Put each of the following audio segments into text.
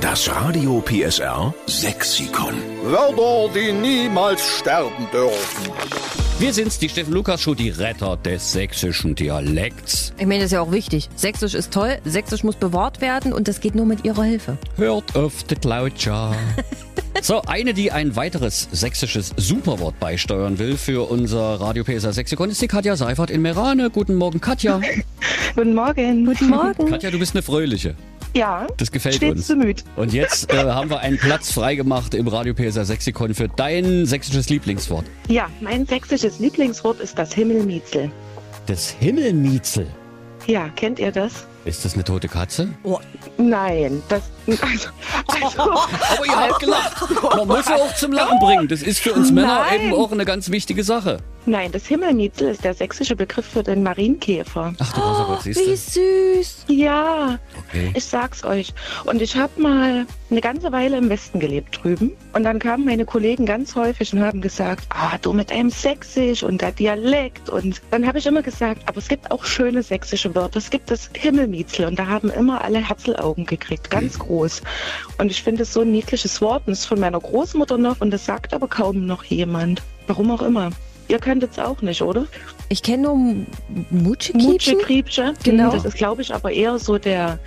Das Radio PSR Sexikon. Wörter, die niemals sterben dürfen. Wir sind's, die Steffen Lukas Show, die Retter des sächsischen Dialekts. Ich meine, das ist ja auch wichtig. Sächsisch ist toll, Sächsisch muss bewahrt werden und das geht nur mit Ihrer Hilfe. Hört auf das Lautscher. So, eine, die ein weiteres sächsisches Superwort beisteuern will für unser Radio PSR Sexikon, ist die Katja Seifert in Merane. Guten Morgen, Katja. Guten Morgen. Guten Morgen. Katja, du bist eine Fröhliche. Ja, Das gefällt stets uns. bemüht. Und jetzt äh, haben wir einen Platz freigemacht im Radio PSR Sexikon für dein sächsisches Lieblingswort. Ja, mein sächsisches Lieblingswort ist das Himmelmietzel. Das Himmelmietzel. Ja, kennt ihr das? Ist das eine tote Katze? Nein, das. Also, also, Aber ihr habt gelacht. Man muss ja auch zum Lachen bringen. Das ist für uns Männer Nein. eben auch eine ganz wichtige Sache. nein, das Himmelmietzel ist der sächsische Begriff für den Marienkäfer. Ach, du oh, Gott, siehst Wie du? süß. Ja, Okay. ich sag's euch. Und ich habe mal eine ganze Weile im Westen gelebt drüben. Und dann kamen meine Kollegen ganz häufig und haben gesagt, ah, du mit deinem Sächsisch und der Dialekt. Und dann habe ich immer gesagt, aber es gibt auch schöne sächsische Wörter. Es gibt das Himmelmietzel. Und da haben immer alle Herzelaugen gekriegt, ganz groß. Und ich finde es so ein niedliches Wort. Und es ist von meiner Großmutter noch. Und das sagt aber kaum noch jemand. Warum auch immer. Ihr könnt es auch nicht, oder? Ich kenne nur M- Mutschekiebchen. Mutschetriebsche. Genau. Das ist, glaube ich, aber eher so der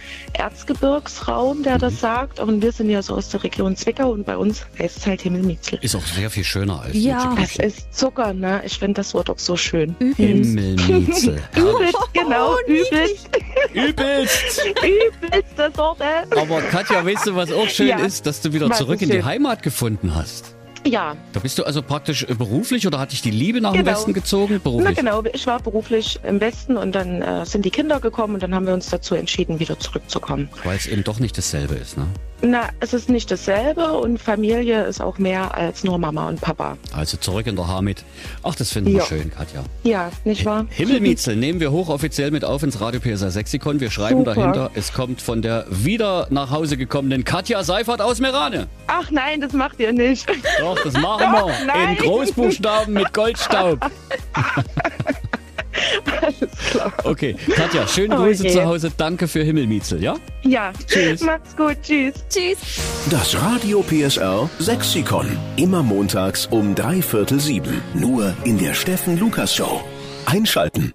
Erzgebirgsraum, der das sagt. Und wir sind ja so aus der Region Zwickau und bei uns heißt es halt Himmelmietzel. Ist auch sehr viel schöner als Ja. Das Mutschekiebchen. ist Zucker, ne? Ich finde das Wort auch so schön. Übelst. Himmelmietzel. Übelst, genau, übelst, Übelst. übelst das Wort, äh. Aber Katja, weißt du, was auch schön Ja. ist, dass du wieder Was zurück ist in die schön? Heimat gefunden hast. Ja, Da bist du also praktisch äh, beruflich oder hat dich die Liebe nach dem Genau. Westen gezogen? na Beruflich. genau, ich war beruflich im Westen und dann äh, sind die Kinder gekommen und dann haben wir uns dazu entschieden, wieder zurückzukommen. Weil es eben doch nicht dasselbe ist, ne? Na, es ist nicht dasselbe und Familie ist auch mehr als nur Mama und Papa. Also zurück in der Hamid. Ach, das finden wir Ja. schön, Katja. Ja, nicht wahr? Himmelmietzel nehmen wir hochoffiziell mit auf ins Radio PSA Sexikon. Wir schreiben Super. dahinter, es kommt von der wieder nach Hause gekommenen Katja Seifert aus Merane. Ach nein, das macht ihr nicht. Doch, das machen Doch, wir. In nein. Großbuchstaben mit Goldstaub. Alles klar. Okay, Katja, schöne Oh Grüße je. zu Hause. Danke für Himmelmietzel, ja? Ja, Tschüss. Macht's gut, tschüss. Tschüss. Das Radio PSR Sexikon. Immer montags um drei Viertel sieben. Nur in der Steffen Lukas Show. Einschalten.